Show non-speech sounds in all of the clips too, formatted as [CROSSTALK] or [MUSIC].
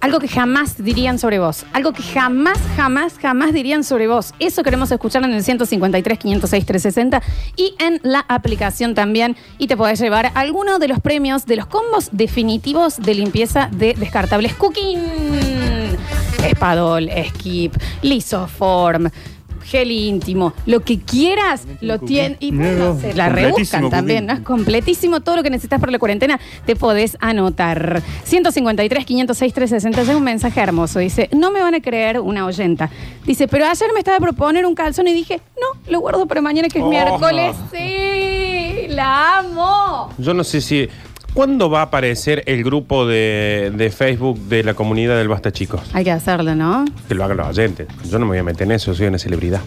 Algo que jamás dirían sobre vos. Algo que jamás, jamás, jamás dirían sobre vos. Eso queremos escuchar en el 153, 506, 360 y en la aplicación también. Y te podés llevar alguno de los premios de los combos definitivos de limpieza de descartables cooking. Espadol, skip, lisoform. Gel íntimo, lo que quieras, lo tienes. Y bueno, Mira, se la completísimo rebuscan también, ¿no? cooking. Es completísimo todo lo que necesitas para la cuarentena, te podés anotar. 153, 506, 360, llega un mensaje hermoso. Dice, no me van a creer una oyenta. Dice, pero ayer me estaba por poner un calzón y dije, no, lo guardo para mañana que es Oh. miércoles. Sí, la amo. Yo no sé si. ¿Cuándo va a aparecer el grupo de, de Facebook de la comunidad del Basta Chicos? Hay que hacerlo, ¿no? Que lo hagan los oyentes. Yo no me voy a meter en eso, soy una celebridad.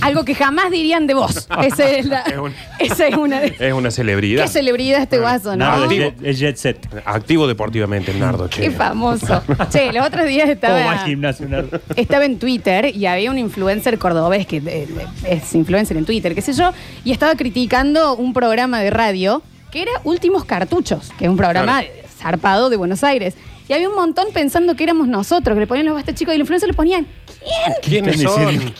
Algo que jamás dirían de vos. Esa es, la- Es un- esa es una de... Es una celebridad. Qué celebridad este guaso, ¿no? Nada, Nardo es digo- jet, es jet set. Activo deportivamente, Nardo, che. Qué famoso. Che, los otros días ¿Cómo estaba... va al gimnasio, Nardo? Estaba en Twitter y había un influencer cordobés que eh, es influencer en Twitter, qué sé yo, y estaba criticando un programa de radio que era Últimos Cartuchos, que es un programa Claro. zarpado de Buenos Aires. Y había un montón pensando que éramos nosotros, que le ponían los bastos chicos y el influencer le ponían, ¿quién? ¿Quiénes ¿Qué están son? diciendo?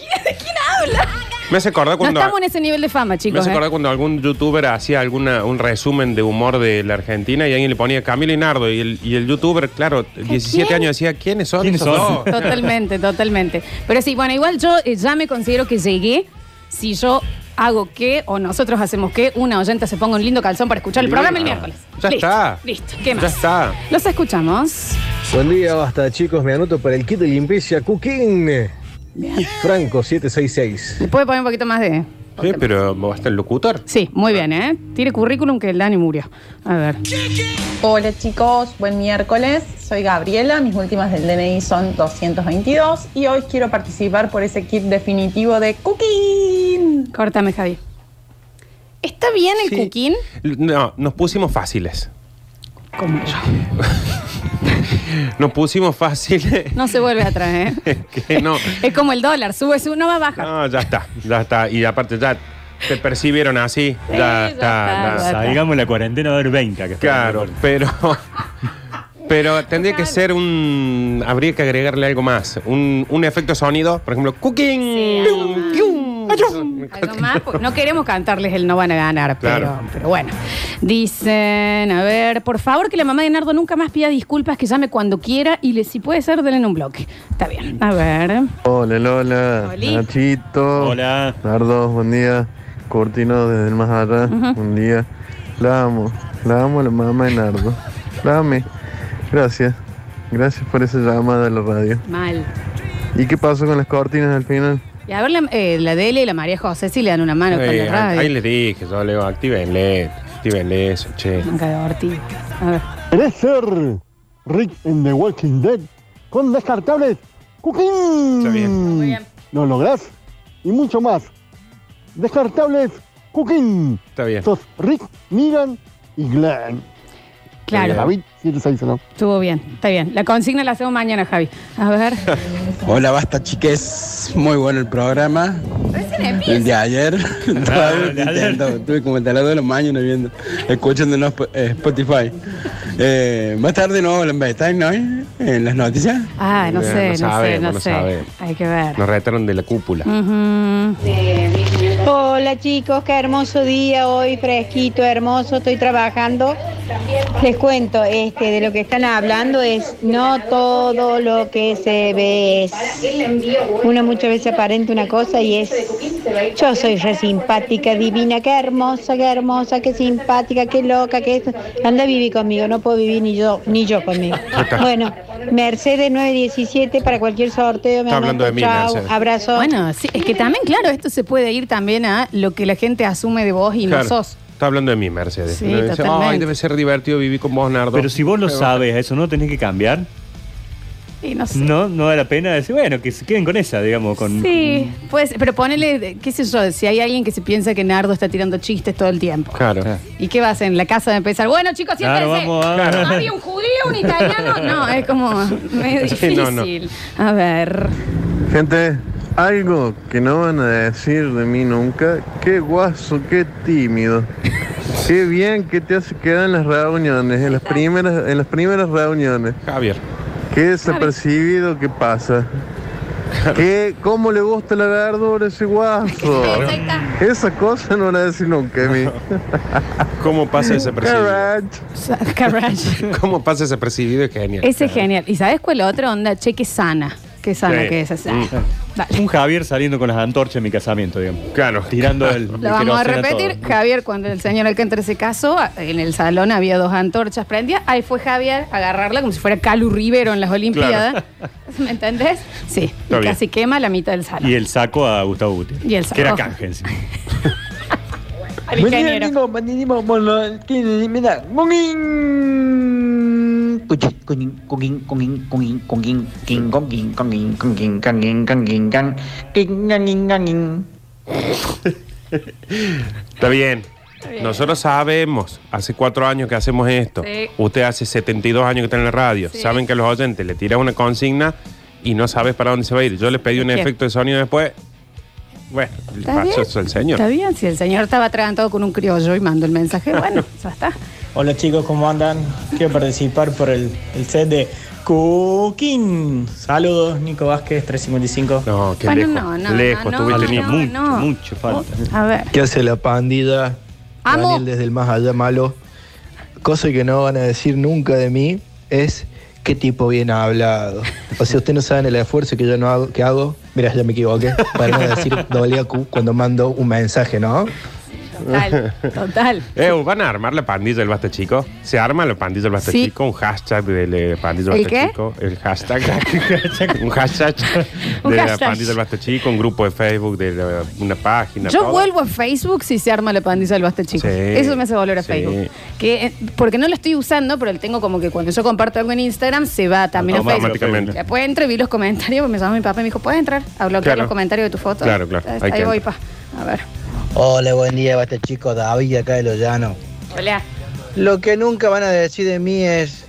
habla? Me hace acordar No cuando. estamos en ese nivel de fama, Me chicos. hace ¿eh? acordar cuando algún youtuber hacía alguna, un resumen de humor de la Argentina y alguien le ponía Camilo y Nardo. Y el, y el youtuber, claro, 17 quién? años decía, ¿quiénes son ¿Quiénes esos son? dos?" [LAUGHS] Totalmente, totalmente. Pero sí, bueno, igual yo eh, ya me considero que llegué si yo hago que o nosotros hacemos que una oyenta se ponga un lindo calzón para escuchar el Listo. programa el miércoles. Ya Listo, está. Listo, ¿qué más? Ya está. Los escuchamos. Buen día, basta chicos, me anoto para el kit de limpieza Cooking. Franco 766. ¿Le puede poner un poquito más de...? Sí, pero hasta el locutor. Sí, muy bien, ¿eh? Tire currículum que el Dani murió. A ver. Hola chicos, buen miércoles. Soy Gabriela, mis últimas del DNI son 222 y hoy quiero participar por ese kit definitivo de cooking. Córtame, Javi. ¿Está bien el Sí. cuquín? L- No, nos pusimos fáciles. Como yo. Nos pusimos fáciles. [LAUGHS] No se vuelve atrás, ¿eh? que [LAUGHS] no. es como el dólar, sube, sube, no va a bajar. No, ya está, ya está. Y aparte ya te percibieron así. Sí, ya ya está. ya. está. Salgamos la cuarentena va a haber 20 acá. Claro, pero. Pero tendría que ser un. Habría que agregarle algo más. Un, un efecto sonido, por ejemplo, cooking. Sí, algo Pium, más. pium, pium. Algo más, porque no queremos cantarles el no van a ganar, Claro. pero, pero bueno. Dicen, a ver, por favor que la mamá de Nardo nunca más pida disculpas, que llame cuando quiera y le, si puede ser, denle en un bloque. Está bien, a ver. Hola Lola, Oli. Nachito, Hola. Nardo, buen día, Cortino desde el más allá, buen día, la amo, la amo a la mamá de Nardo, la amé, gracias, gracias por esa llamada a la radio. Mal. ¿Y qué pasó con las cortinas al final? Y a ver, la, eh, la Delia y la María José si le dan una mano con Ahí, la radio. ahí les dije, yo le digo, actívenle, actívenle eso, che. Nunca de Ortiz. A ver. ¿Querés ser Rick en The Walking Dead con descartables? ¡Cooking! Está bien. Muy bien. Lo lográs y mucho más. Descartables Cooking. Está bien. Sos Rick, Negan y Glenn. Claro, David 766, ¿no? estuvo bien, está bien. La consigna la hacemos mañana, Javi. A [LAUGHS] ver. Hola, basta chiques. Muy bueno el programa. El de ayer. [LAUGHS] Todavía el de estoy ayer. intentando. Estuve como hasta las 2 de la mañana viendo, escuchándonos por, eh, Spotify. Eh, más tarde no hablan bedtime, ¿no? En las noticias. Ah, no Eh, sé, no, no sabemos, sé, no no sé. sabemos. Hay que ver. Nos retaron de la cúpula. Ujú. Hola chicos, qué hermoso día hoy, fresquito, hermoso, estoy trabajando. Les cuento, este, de lo que están hablando es no todo lo que se ve es. Uno muchas veces aparenta una cosa y es. Yo soy re simpática, divina, qué hermosa, qué hermosa, qué simpática, qué loca, qué esto. Anda a vivir conmigo, no puedo vivir ni yo, ni yo conmigo. Bueno, Mercedes 917 para cualquier sorteo, me Está hablando de mí, chau, Mercedes. abrazo. Bueno, sí, es que también, claro, esto se puede ir también a lo que la gente asume de vos y Claro, no sos. Está hablando de mí, Mercedes. Sí, Y uno dice, totalmente. Ay, debe ser divertido vivir con vos, Nardo. Pero si vos lo sabes, eso no tenés que cambiar. Y no sé. No, no da la pena decir, bueno, que se queden con esa, digamos, con. Sí, pues, pero ponele, qué sé yo, si hay alguien que se piensa que Nardo está tirando chistes todo el tiempo. Claro. ¿Y qué vas en la casa de empezar? Bueno, chicos, siéntense. Claro, vamos, vamos. ¿No había un judío, un italiano? No, es como medio Sí, difícil. no, no. A ver. Gente, algo que no van a decir de mí nunca, qué guaso, qué tímido. Qué bien que te hace quedar en las reuniones, en las primeras, en las primeras reuniones. Javier. Qué desapercibido que pasa. ¿Qué, ¿Cómo le gusta la verdura a ese guaso? Esa cosa no la decís nunca a mí. ¿Cómo pasa ese percibido? Carajo. Carrage. ¿Cómo pasa ese percibido? Es genial. Ese es genial. ¿Y sabes cuál es la otra onda? Che, qué sana. Qué sana Sí. que es esa. Dale. Un Javier saliendo con las antorchas en mi casamiento, digamos. Claro. Tirando el. el [LAUGHS] Lo vamos a queroseno repetir. todo. Javier, cuando el señor Alcántara se casó, a- en el salón había dos antorchas prendidas. Ahí fue Javier a agarrarla como si fuera Calu Rivero en las [LAUGHS] Olimpiadas. ¿Me entendés? Sí. Está Y bien. casi quema la mitad del salón. Y el saco a Gustavo Gutiérrez. Y el saco. Que era canje encima. Al ingeniero. Está bien. Nosotros sabemos, hace cuatro años que hacemos esto. Sí. Usted hace 72 años que está en la radio. Sí. Saben que los oyentes le tiran una consigna y no sabes para dónde se va a ir. Yo les pedí un Bien. efecto de sonido después. Bueno, le ¿Está bien? pasó eso al señor. Está bien, si el señor estaba atragantado con un criollo y mandó el [LAUGHS] mensaje, bueno, ya está. Hola chicos, ¿cómo andan? Quiero participar por el, el set de Cooking. Saludos, Nico Vázquez, 355. No, qué Bueno, lejos. no, no, lejos, no, tuviste no, ni- no. mucho, mucho falta. A ver. ¿Qué hace la pandida? Amo. Daniel desde el más allá malo. Cosa que no van a decir nunca de mí es qué tipo bien hablado. O sea, ustedes no saben el esfuerzo que yo no hago, que hago. Mira, ya me equivoqué. Para no decir doble a Q cuando mando un mensaje, ¿no? Total, total. Eh, ¿Van a armar la pandilla del Basta Chico? ¿Se arma la pandilla del Basta Sí. Chico? ¿Un hashtag del eh, pandilla del ¿El Basta qué? Chico? El hashtag. [LAUGHS] un hashtag [LAUGHS] Un de la hashtag. pandilla del Basta Chico, un grupo de Facebook, de la- una página. Yo todo. vuelvo a Facebook si se arma la pandilla del basta, chicos. Sí, Eso me hace volver a sí. Facebook. Que, eh, porque no lo estoy usando, pero tengo como que cuando yo comparto algo en Instagram, se va también a Facebook. Automáticamente. Después entré, vi los comentarios, me llamó mi papá y me dijo, ¿puedes entrar a bloquear Claro. los comentarios de tu foto? Claro, claro. Ahí, Hay que voy, entrar. pa. A ver. Hola, buen día, basta chicos. David acá de Los Llanos. Hola. Lo que nunca van a decir de mí es.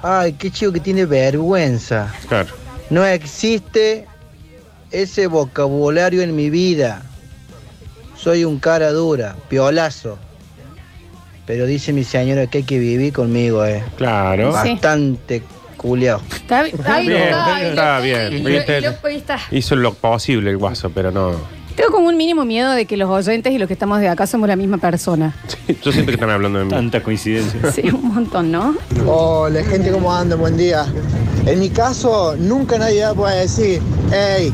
Ay, qué chico que tiene vergüenza. Claro. No existe ese vocabulario en mi vida. Soy un cara dura, piolazo. Pero dice mi señora que hay que vivir conmigo, eh. Claro. Sí. Bastante culiao. Está bien, está Bien, bien. está bien. Y lo- Viste, y lo- ahí está. Hizo lo posible el guaso, pero no. [LAUGHS] Tengo como un mínimo miedo de que los oyentes y los que estamos de acá somos la [LAUGHS] misma persona. Yo siento que están hablando Uh. de mí. Tanta [LAUGHS] coincidencia. Sí, un montón, ¿no? Hola, gente, ¿cómo andan? Buen día. En mi caso, nunca nadie va a decir, hey,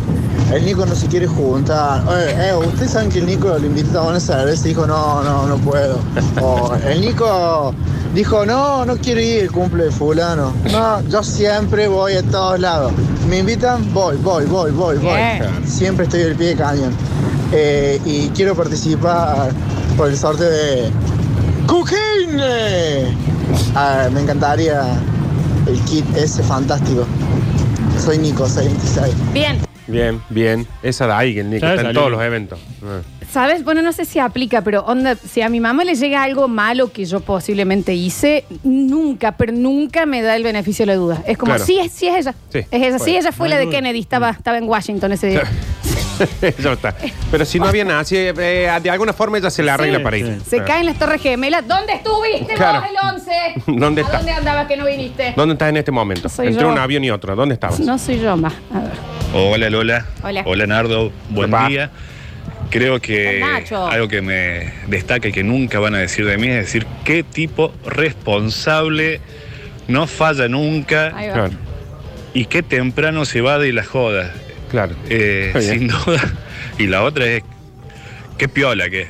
el Nico no se quiere juntar. Eh, eh, Ustedes saben que el Nico le invitó a una cerveza y dijo, no, no, no puedo. O el Nico dijo, no, no quiero ir el cumple de fulano. No, yo siempre voy a todos lados. Me invitan, voy, voy, voy, voy, voy. Bien. Siempre estoy al pie de cañón. Eh, y quiero participar por el sorteo de ¡Cooking! Ah, me encantaría el kit ese fantástico. Soy Nico, 626. Bien. Bien, bien. Esa da ahí, el Nico. Ya Está en salió. todos los eventos. Ah. [LAUGHS] ¿Sabes? Bueno, no sé si aplica, pero onda, si a mi mamá le llega algo malo que yo posiblemente hice, nunca, pero nunca me da el beneficio de la duda. Es como, Claro. sí, es, sí es ella. Sí, es ella. Sí, fue. ella fue No la hay de duda. Kennedy, estaba, estaba en Washington ese día. ya está. Pero si no había nada, si, eh, de alguna forma ella se la arregla para ir. Se Ah. caen las Torres Gemelas. ¿Dónde estuviste Claro. vos el [LAUGHS] 11? ¿Dónde ¿A está? dónde andabas que no viniste? ¿Dónde estás en este momento? Soy Entre yo. un avión y otro. ¿Dónde estabas? No soy yo más. A ver. Hola Lola. Hola. Nardo. Buen Papá. día. Creo que Hola, Nacho. algo que me destaca y que nunca van a decir de mí es decir qué tipo responsable no falla nunca Ahí va. Claro, y qué temprano se va de la joda. [LAUGHS] claro. Eh, Está bien. sin duda. Y la otra es qué piola que es.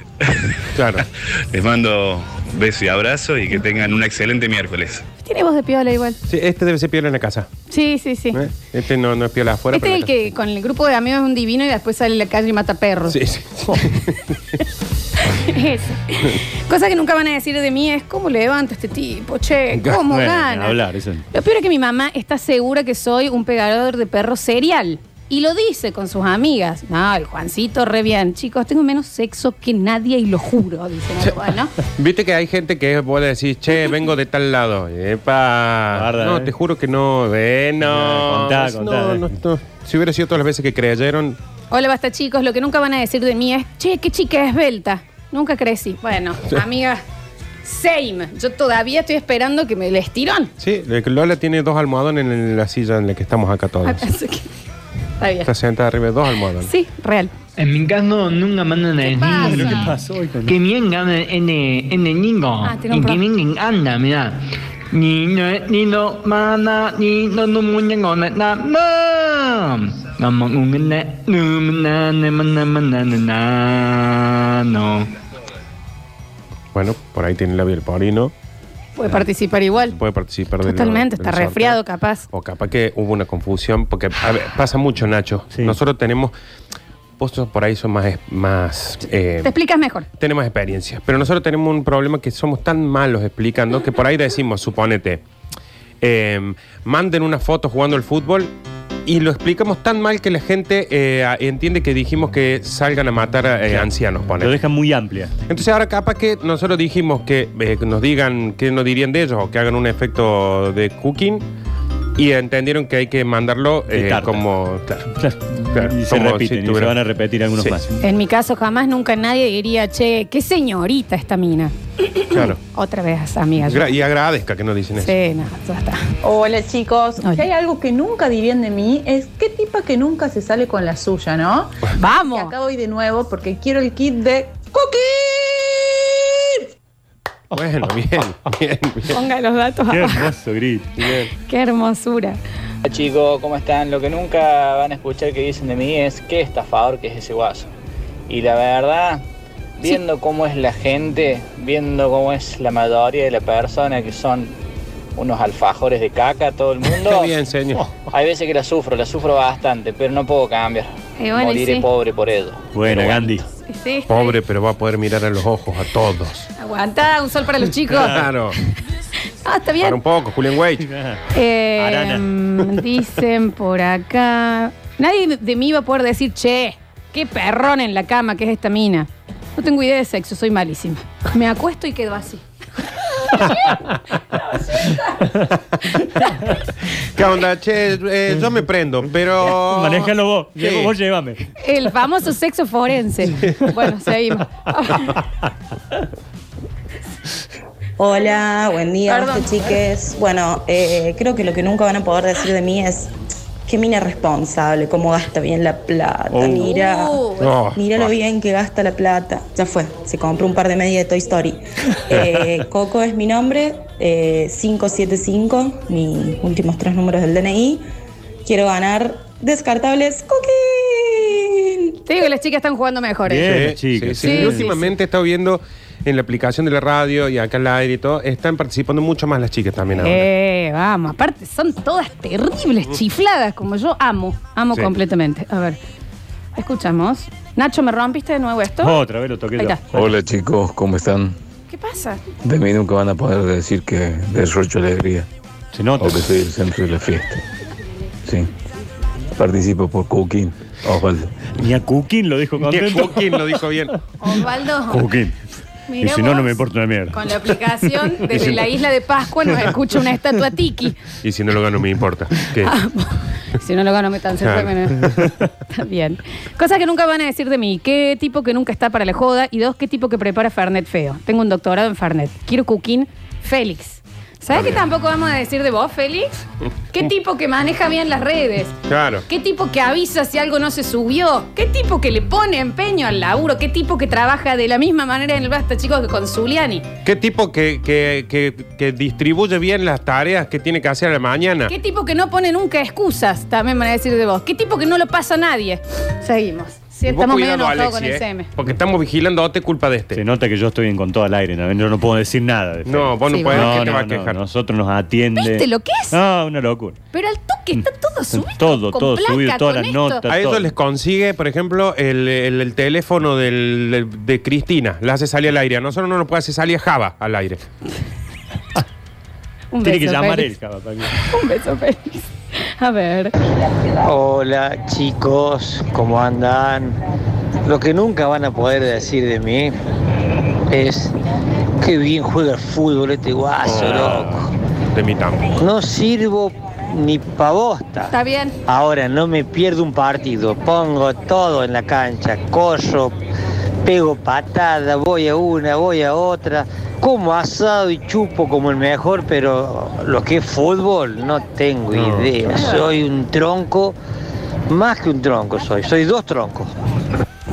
Claro. [LAUGHS] Les mando besos y abrazos y que tengan un excelente miércoles. Tiene voz de piola igual. Sí, este debe ser piola en la casa. Sí, sí, sí. ¿eh? Este no, no es piola afuera. Este pero es en el que con el grupo de amigos es un divino y después sale a la calle y mata perros. la casa. Sí, [LAUGHS] sí. Eso. [LAUGHS] Cosa que nunca van a decir de mí es cómo levanta este tipo, che, Ga- cómo bueno, gana. hablar, eso. Lo peor es que mi mamá está segura que soy un pegador de perro serial. Y lo dice con sus amigas. No, el Juancito, re bien. Chicos, tengo menos sexo que nadie y lo juro, dicen algo, ¿no? Viste que hay gente que puede decir, [LAUGHS] che, vengo de tal lado. Epa. Guarda, no, eh. te juro que no. Eh, no. Contá, Es- contá. no, no, no. Si hubiera sido todas las veces que creyeron, Hola, basta chicos. Lo que nunca van a decir de mí es, che, qué chica esbelta. Nunca crecí. Bueno, amiga, same. Yo todavía estoy esperando que me el estirón. Sí, de que Lola tiene dos almohadones en la silla en la que estamos acá todos. Ah, [LAUGHS] pensé que- Está bien. Está sentada arriba de dos almohadones. Sí, real. En mi caso nunca mandan a decir pasa? ¿Pero qué pasó que bien gana en el en el ningo. Ah, tiene un Y que pro- bien anda, mira. Ni no ni no mana ni no no muñeco na na no. Vamos un na no na na na na na na no. Bueno, por ahí tiene el labio el porino. Puede participar igual. Puede participar del- Totalmente, está del sorteo. resfriado capaz. O capaz que hubo una confusión, porque a ver, pasa mucho, Nacho. Nosotros tenemos. Vos sos por ahí son más. es- más eh, Te explicas mejor. tenemos experiencia. Pero nosotros tenemos un problema que somos tan malos explicando que por ahí decimos, suponete, eh, manden una foto jugando al fútbol y lo explicamos tan mal que la gente eh, a- entiende que dijimos que salgan a matar a eh, ancianos. Lo dejan muy amplia. Entonces ahora capaz que nosotros dijimos que eh, que nos digan qué nos dirían de ellos o que hagan un efecto de cooking y entendieron que hay que mandarlo eh, como... Claro, claro, Y se como repiten, y se tuviera- van a repetir algunos Sí, más. En mi caso, jamás nunca nadie diría, che, qué señorita esta mina. Claro. Otra vez, amiga. yo- Gra- y agradezca que nos dicen eso. Sí, no, ya está. Hola chicos, si hay algo que nunca dirían de mí es qué tipa que nunca se sale con la suya, ¿no? Vamos. Y acá voy de nuevo porque quiero el kit de Cookie. Bueno, bien, bien, bien. Ponga los datos Qué abajo. hermoso grito. Qué hermosura. Hola, Chicos, ¿cómo están? Lo que nunca van a escuchar que dicen de mí es qué estafador que es ese guaso. Y la verdad, viendo cómo es la gente, viendo cómo es la mayoría de la persona que son unos alfajores de caca todo el mundo. Está [LAUGHS] bien, señor. Hay veces que la sufro, la sufro bastante, pero no puedo cambiar. Eh, bueno, y Moriré sí. pobre por ello. Bueno, [LAUGHS] Gandhi. Sí. Pobre, pero va a poder mirar a los ojos a todos. Aguanta, un sol para los chicos. Claro. Ah, está bien. Para un poco, Julian Wage. Eh, Arana. mm, dicen por acá. Nadie de- de mí va a poder decir, che, qué perrón en la cama que es esta mina. No tengo idea de sexo, soy malísima. Me acuesto y quedo así. ¿Qué onda? Che, eh, yo me prendo, pero. Manejalo Oh, vos. Sí. Llevo- Vos llévame. El famoso sexo forense. Bueno, [LAUGHS] seguimos. Hola, buen día, Perdón. basta, chiques. Bueno, eh, creo que lo que nunca van a poder decir de mí es qué mina responsable, cómo gasta bien la plata. Oh. Mira, Uh. Oh, No, mira lo basta. bien que gasta la plata. Ya fue, se compró un par de medias de Toy [LAUGHS] Story. Eh, Coco es mi nombre, eh, 575, mis últimos tres números del DNI. Quiero ganar descartables cooking. Te digo que las chicas están jugando mejor. ¿eh? Sí, sí, sí. Sí, Últimamente he estado viendo en la aplicación de la radio y acá al aire y todo, están participando mucho más las chicas también ahora. Eh, vamos, aparte son todas terribles, chifladas, como yo amo, amo Sí. completamente. A ver, escuchamos. Nacho, ¿me rompiste de nuevo esto? vez lo toqué Ahí está. Hola chicos, ¿cómo están? ¿Qué pasa? De mí nunca van a poder decir que desrocho alegría. Se nota. O que soy el centro de la fiesta. Sí. Participo por Cooking, Osvaldo. Ni a Cooking lo dijo contento. Cooking lo dijo bien. [LAUGHS] Osvaldo, Cooking. Y Mirá si no, vos. no me importa una mierda. con [LAUGHS] la aplicación desde Sí. la isla de Pascua nos escucha una estatua tiki. Y si no lo gano, me importa. ¿Qué? Ah. Si no lo gano, me tan cerca. Claro. Está bien. Cosas que nunca van a decir de mí. ¿Qué tipo que nunca está para la joda? Y dos, ¿qué tipo que prepara Fernet feo? Tengo un doctorado en Fernet. Quiero cooking. Félix. ¿Sabes qué tampoco vamos a decir de vos, Félix? ¿Qué tipo que maneja bien las redes? Claro. ¿Qué tipo que avisa si algo no se subió? ¿Qué tipo que le pone empeño al laburo? ¿Qué tipo que trabaja de la misma manera en el basta, chicos, que con Zuliani? ¿Qué tipo que, que, que- que distribuye bien las tareas que tiene que hacer a la mañana? ¿Qué tipo que no pone nunca excusas? También van a decir de vos. ¿Qué tipo que no lo pasa a nadie? Seguimos. Sí, Y vos estamos medio cuidado, enojados con Alexi, el ¿eh? CM. Porque estamos vigilando, te culpa de este. Se nota que yo estoy en con todo al aire, ¿no? yo no puedo decir nada. de No, Félix. vos no Sí, podés, No, ¿qué te no, vas a no, quejar? Nosotros nos atiende. ¿Viste lo que es? Ah, una locura. Pero al toque está todo subido. Mm. Todo, con todo placa, subido, todas con las esto. notas. A todo. ellos les consigue, por ejemplo, el, el- el teléfono del- del- de Cristina. La hace salir al aire. A nosotros no nos puede hacer salir a Java al aire. Un Tiene que beso, llamar Félix. él, capaz, para que- Un beso, Félix. A ver. Hola chicos, ¿cómo andan? Lo que nunca van a poder decir de mí es que bien juega el fútbol este guaso, loco. De mi tampoco. No sirvo ni pa' bosta. Está bien. Ahora no me pierdo un partido, pongo todo en la cancha, corro, Pego patada, voy a una, voy a otra. Como asado y chupo como el mejor, pero lo que es fútbol no tengo No. idea. Soy un tronco, más que un tronco soy, soy dos troncos.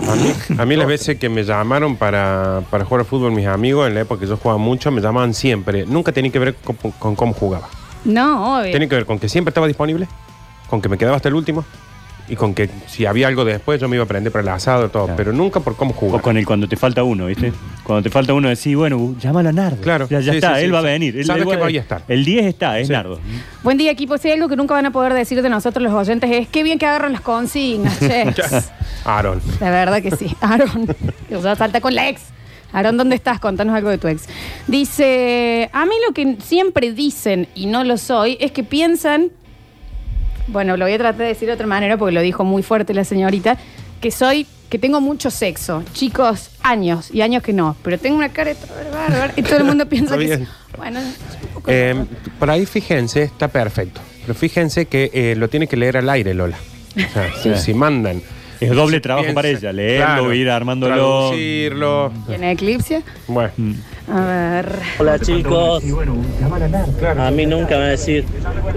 A mí, a mí las veces que me llamaron para, para jugar al fútbol, mis amigos, en la época que yo jugaba mucho, me llamaban siempre. Nunca tenía que ver con, con cómo jugaba. No, obvio. Tiene que ver con que siempre estaba disponible, con que me quedaba hasta el último y con que si había algo después yo me iba a prender para el asado todo, pero nunca por cómo jugar. O con el cuando te falta uno, ¿viste? Cuando te falta uno, decís, bueno, uh, llámalo a Nardo. Claro. Ya, ya Sí, está, sí, sí, él va a sí. venir. Él- Sabes él que va- voy a estar. El 10 está, es Nardo. Buen día, equipo. Si hay algo que nunca van a poder decir de nosotros los oyentes es qué bien que agarran [LAUGHS] las consignas, che. Aaron. La verdad que sí. [LAUGHS] Aaron, que ya salta con la ex. Aaron, ¿dónde estás? Contanos algo de tu ex. Dice, a mí lo que siempre dicen, y no lo soy, es que piensan, bueno, lo voy a tratar de decir de otra manera porque lo dijo muy fuerte la señorita, que soy, que tengo mucho sexo. Chicos, años y años que no, pero tengo una cara de bárbaro y todo el [LAUGHS] mundo piensa Está que... bien. soy- Bueno, Eh, por ahí fíjense, está perfecto. Pero fíjense que eh, lo tiene que leer al aire, Lola. O sea, si, Sí. si mandan. Es doble trabajo para ella, leerlo, ir armándolo. Mm. Traducirlo. tiene eclipse. Bueno. A ver. Hola chicos. A mí nunca me van a decir.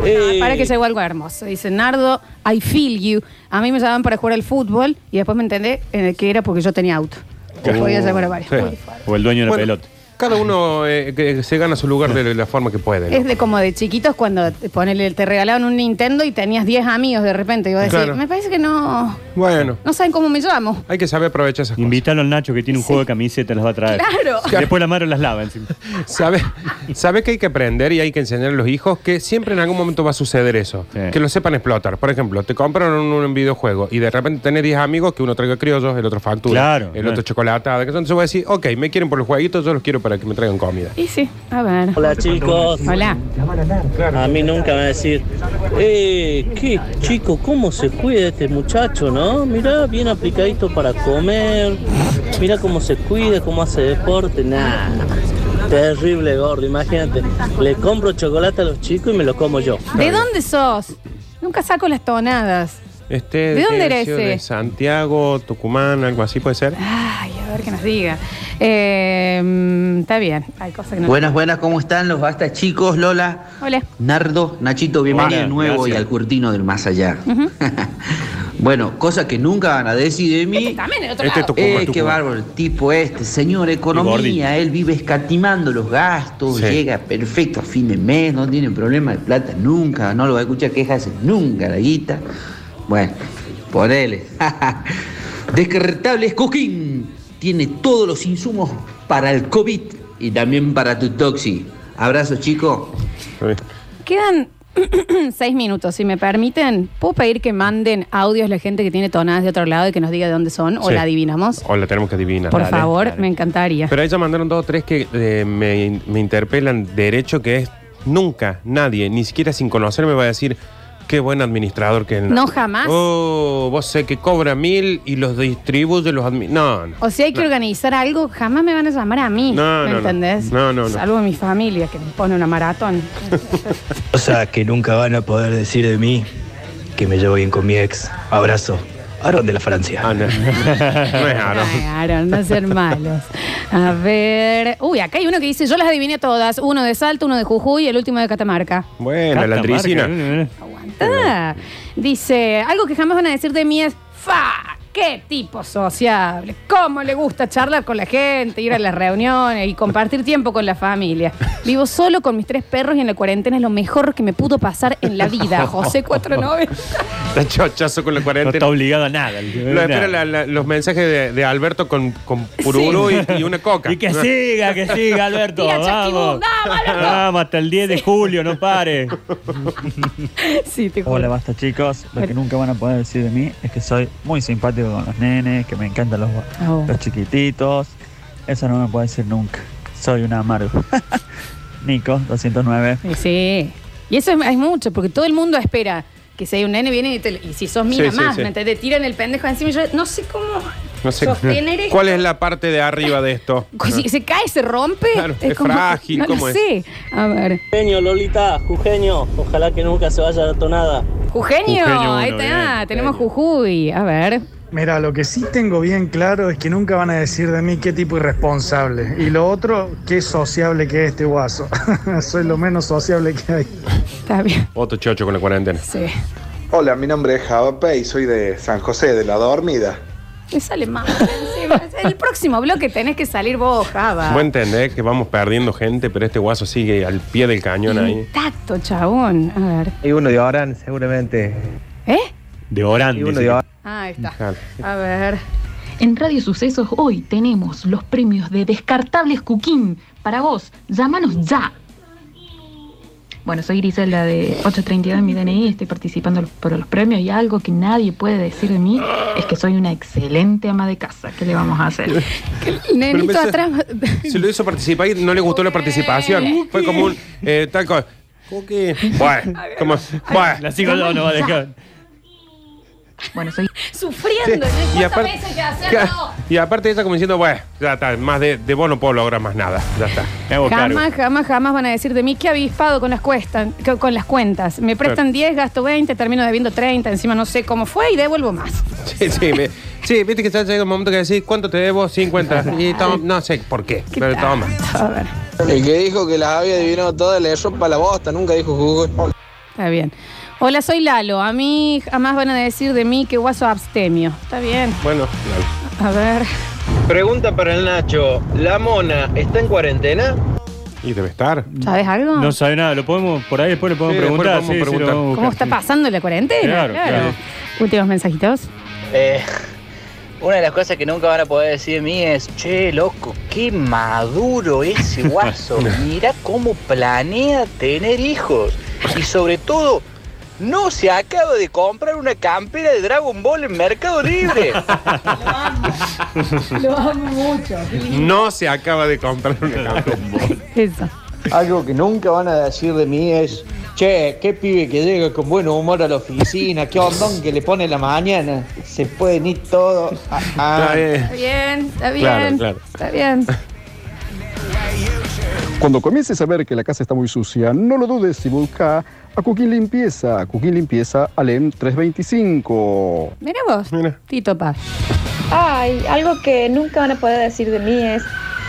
"Eh, Para que llegó algo hermoso. Dice, Nardo, I feel you. A mí me llamaban para jugar al fútbol y después me entendé eh, que era porque yo tenía auto. Podía llamar a varios. Sí. O el dueño de la Bueno, pelota. Cada uno eh, que se gana su lugar de la forma que puede. ¿no? Es de como de chiquitos cuando te, ponele, te regalaban un Nintendo y tenías 10 amigos de repente. Y vos decís, Claro. me parece que no, Bueno, no saben cómo me llamo. hay que saber aprovechar esas Invítalo al Nacho que tiene un juego de camisetas, las va a traer. Claro. Después la mano las lava encima. ¿Sabe, sabe que hay que aprender y hay que enseñar a los hijos que siempre en algún momento va a suceder eso. Que lo sepan explotar. Por ejemplo, te compraron un, un videojuego y de repente tenés 10 amigos que uno traiga criollos, el otro factura, Claro, el claro. otro chocolatada. que son- Entonces voy a decir, ok, me quieren por los jueguitos, yo los quiero para que me traigan comida. Y sí, a ver. Hola chicos. Hola. A mí nunca me van a decir. Eh, qué chico, cómo se cuida este muchacho, ¿no? Mirá, bien aplicadito para comer. Mira cómo se cuida, cómo hace deporte. Nah. Terrible gordo, imagínate. Le compro chocolate a los chicos y me lo como yo. ¿De dónde sos? Nunca saco las tonadas. Este, ¿De dónde debe eres ser De ese? Santiago, Tucumán, algo así puede ser. Ay, a ver qué nos diga. Eh, mm, está bien. Hay cosas que no. Buenas, buenas, ¿cómo están los basta chicos? Lola, Hola. Nardo, Nachito, bienvenido Hola, de nuevo gracias. y al curtino del más allá. Ujú. [LAUGHS] Bueno, cosa que nunca van a decir de mí. También el otro Este lado. Eh, qué bárbaro el tipo este, señor economía, él vive escatimando los gastos, Sí. llega perfecto a fin de mes, no tiene problema de plata nunca, no lo va a escuchar quejarse nunca la guita. Bueno, ponele. [LAUGHS] Descartables Coquín tiene todos los insumos para el COVID y también para tu toxi. Abrazo, chico. Quedan [CLEARS THROAT] seis minutos, si me permiten. ¿Puedo pedir que manden audios la gente que tiene tonadas de otro lado y que nos diga de dónde son o Sí. la adivinamos? O la tenemos que adivinar. Por favor, me encantaría. Pero ahí ya mandaron dos o tres que eh, me, me interpelan derecho, que es nunca nadie, ni siquiera sin conocerme, va a decir qué buen administrador que es". No, jamás. Oh, vos sé que cobra mil y los distribuye, los admi- No, no. o si hay que No. organizar algo, jamás me van a llamar a mí. No, no, ¿Me no. entendés? No, no, no. Salvo a mi familia que me pone una maratón. Cosa que nunca van a poder decir de mí, que me llevo bien con mi ex. Abrazo. Aaron de la Francia. Ah, no. [LAUGHS] es Aaron. Ay, Aaron, no ser malos. A ver. Uy, acá hay uno que dice: Yo las adiviné todas. Uno de Salto, uno de Jujuy y el último de Catamarca. Bueno, la tricina. Ah, dice, algo que jamás van a decir de mí es, ¡fa! ¡Qué tipo sociable! ¿Cómo le gusta charlar con la gente, ir a las reuniones y compartir tiempo con la familia? Vivo solo con mis tres perros y en la cuarentena es lo mejor que me pudo pasar en la vida. José 49. Está chochazo con la cuarentena. ¿eh? No está obligado a nada. Lo espera la- la- los mensajes de, de Alberto con, con pururú Sí. y, y [LAUGHS] una coca. Y que siga, que [LAUGHS] siga, Alberto. Mira, Chucky vamos. Moon, vamos, Alberto. Vamos, hasta el 10 de julio, no [LAUGHS] pare. Sí, te juro. Hola, basta chicos. Lo que nunca van a poder decir de mí es que soy muy simpático con los nenes, que me encantan los, Oh. los chiquititos. Eso no me puede decir nunca. Soy un amargo. [LAUGHS] Nico, 209. Y Sí. Y eso es, es mucho, porque todo el mundo espera que si hay un nene viene y, te- y si sos mina Sí, sí, más, sí. ¿me entendés? Te tiran el pendejo encima y yo no sé cómo. No sé Sostener esto. cuál es la parte de arriba de esto. Si se cae, se rompe. Claro, es como- frágil, no lo ¿cómo es? sé. A ver. Jujeño, Lolita, Jujeño. Ojalá que nunca se vaya la tonada. Jujeño, Jujeño, ahí bueno, está, bien, tenemos Jujuy. A ver. Mira, lo que sí tengo bien claro es que nunca van a decir de mí qué tipo irresponsable. Y lo otro, qué sociable que es este guaso. [LAUGHS] Soy lo menos sociable que hay. Está bien. Otro chocho con la cuarentena. Sí. Hola, mi nombre es Javape y soy de San José, de la Dormida. Te sale mal. [LAUGHS] encima. El próximo bloque tenés que salir vos, Java. Vos entendés que vamos perdiendo gente, pero este guaso sigue al pie del cañón ahí. Tacto, chabón. A ver. Y uno de Orán, seguramente. ¿Eh? De Orán. Y uno de Orán. Ah, ahí está. A ver. En Radio Sucesos hoy tenemos los premios de Descartables Cuquín. Para vos, llámanos ya. Bueno, soy Grisela de 832 en mi DNI, estoy participando por los premios y algo que nadie puede decir de mí es que soy una excelente ama de casa. ¿Qué le vamos a hacer? Nenito Pero [LAUGHS] atrás. Se lo hizo participar y no le gustó la participación. Fue como un. eh, tal cosa. Coque. Bueno, como. Bueno. La sigo yo, no va a dejar. Bueno, soy. Sufriendo. Sí, Y y aparte- veces que hacerlo. Y aparte ella como diciendo, bueno, ya está, más de, de vos no puedo lograr más nada. Ya [LAUGHS] está. Me hago Jamás, jamás, jamás van a decir de mí que avispado con las, cuestas, co- con las cuentas. Me Claro. prestan 10, gasto 20, termino debiendo 30, encima no sé cómo fue y devuelvo más. Sí, sí, me- sí, viste que ya llega un momento que decís, ¿cuánto te debo? 50. [LAUGHS] Y toma- no sé por qué, pero toma. A ver. El que dijo que las había adivinado todas le erró para la bosta, nunca dijo jugo. Está bien. Hola, soy Lalo. A mí jamás van a decir de mí que guaso abstemio. Está bien. Bueno, A ver. Pregunta para el Nacho. ¿La mona está en cuarentena? Y debe estar. ¿Sabes algo? No sabe nada, lo podemos, por ahí después le podemos Sí, después preguntar. le podemos sí, sí, lo preguntar. vamos a ¿Cómo buscar. está pasando la cuarentena? Claro, claro. Últimos mensajitos. Eh, [LAUGHS] una de las cosas que nunca van a poder decir de mí es, che, loco, qué maduro ese guaso. Mira cómo planea tener hijos. Y sobre todo, no se acaba de comprar una campera de Dragon Ball en Mercado Libre. Lo amo mucho. No se acaba de comprar una [LAUGHS] campera. Eso. Algo que nunca van a decir de mí es, che, qué pibe que llega con buen humor a la oficina, qué ondón que le pone la mañana. Se pueden ir todo. a- a- Está bien. Está bien, está bien. Claro, claro. Está bien. Cuando comiences a ver que la casa está muy sucia, no lo dudes y busca a Cooking Limpieza. Cooking Limpieza Alem 325. Mira vos. Tito Paz. [LAUGHS] Ay, algo que nunca van a poder decir de mí es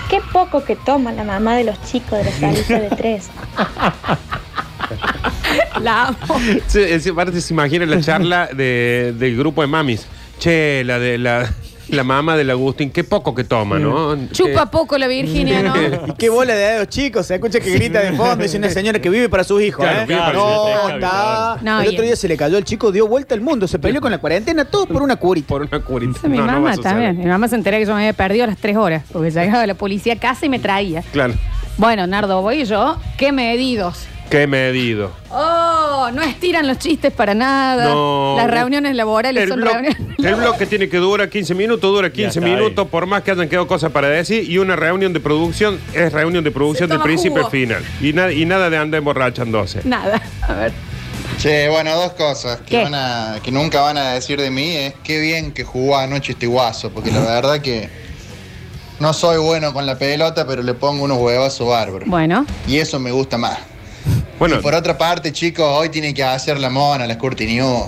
qué poco que toma la mamá de los chicos de la salida de tres. [LAUGHS] La amo. Sí, es- aparte se imagina la charla de- del grupo de mamis. Che, la de la, la mamá del Agustín, qué poco que toma, ¿no? Mm. Chupa poco la Virginia, ¿no? eh, Y qué bola de dedos chicos, se escucha que grita de fondo, es una señora que vive para sus hijos. Claro, ¿eh? vive para no, sus hijos, está. claro. No, el y- otro día se le cayó al chico, dio vuelta al mundo, se peleó con la cuarentena, todo por una curita. Por una curita. Mi mamá también. Mi mamá se entera que yo me había perdido a las tres horas, porque llegaba la policía a casa y me traía. Claro. Bueno, Nardo, voy yo. Qué medidos. Qué medido. Oh, no estiran los chistes para nada. No. Las reuniones laborales El son bloque- reuniones. [LAUGHS] El bloque tiene que durar 15 minutos, dura 15 Ya está minutos, por más que hayan quedado cosas para decir, y una reunión de producción es reunión de producción Se de toma príncipe jugo. Mm. final. Y, na- y nada de andar emborrachándose. Nada. A ver. Che, bueno, dos cosas ¿Qué? que, van a- que nunca van a decir de mí es qué bien que jugó anoche este guaso, porque la verdad que no soy bueno con la pelota, pero le pongo unos huevazos bárbaros. Bueno. Y eso me gusta más. Bueno. Y por otra parte, chicos, hoy tiene que hacer la mona, la Curti News.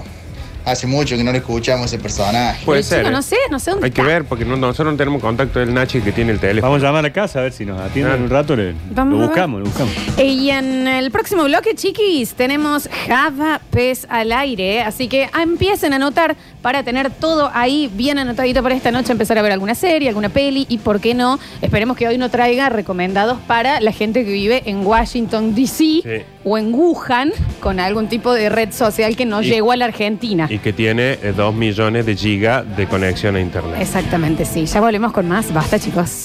Hace mucho que no le escuchamos a ese personaje. Puede ser. Chico, ¿eh? no sé, no sé dónde Hay que está. ver, porque no- nosotros no tenemos contacto del Nachi que tiene el teléfono. Vamos a llamar a la casa a ver si nos atienden un rato. le- lo Vamos a ver. buscamos, lo buscamos. Y en el próximo bloque, chiquis, tenemos Java Pez al aire. Así que ah, empiecen a anotar para tener todo ahí bien anotadito para esta noche. Empezar a ver alguna serie, alguna peli y, ¿por qué no? Esperemos que hoy no traiga recomendados para la gente que vive en Washington, D.C. o en Wuhan con algún tipo de red social que no Y- llegó a la Argentina. Y que tiene eh, 2 millones de gigas de conexión a internet. Exactamente, sí. Ya volvemos con más. Basta, chicos.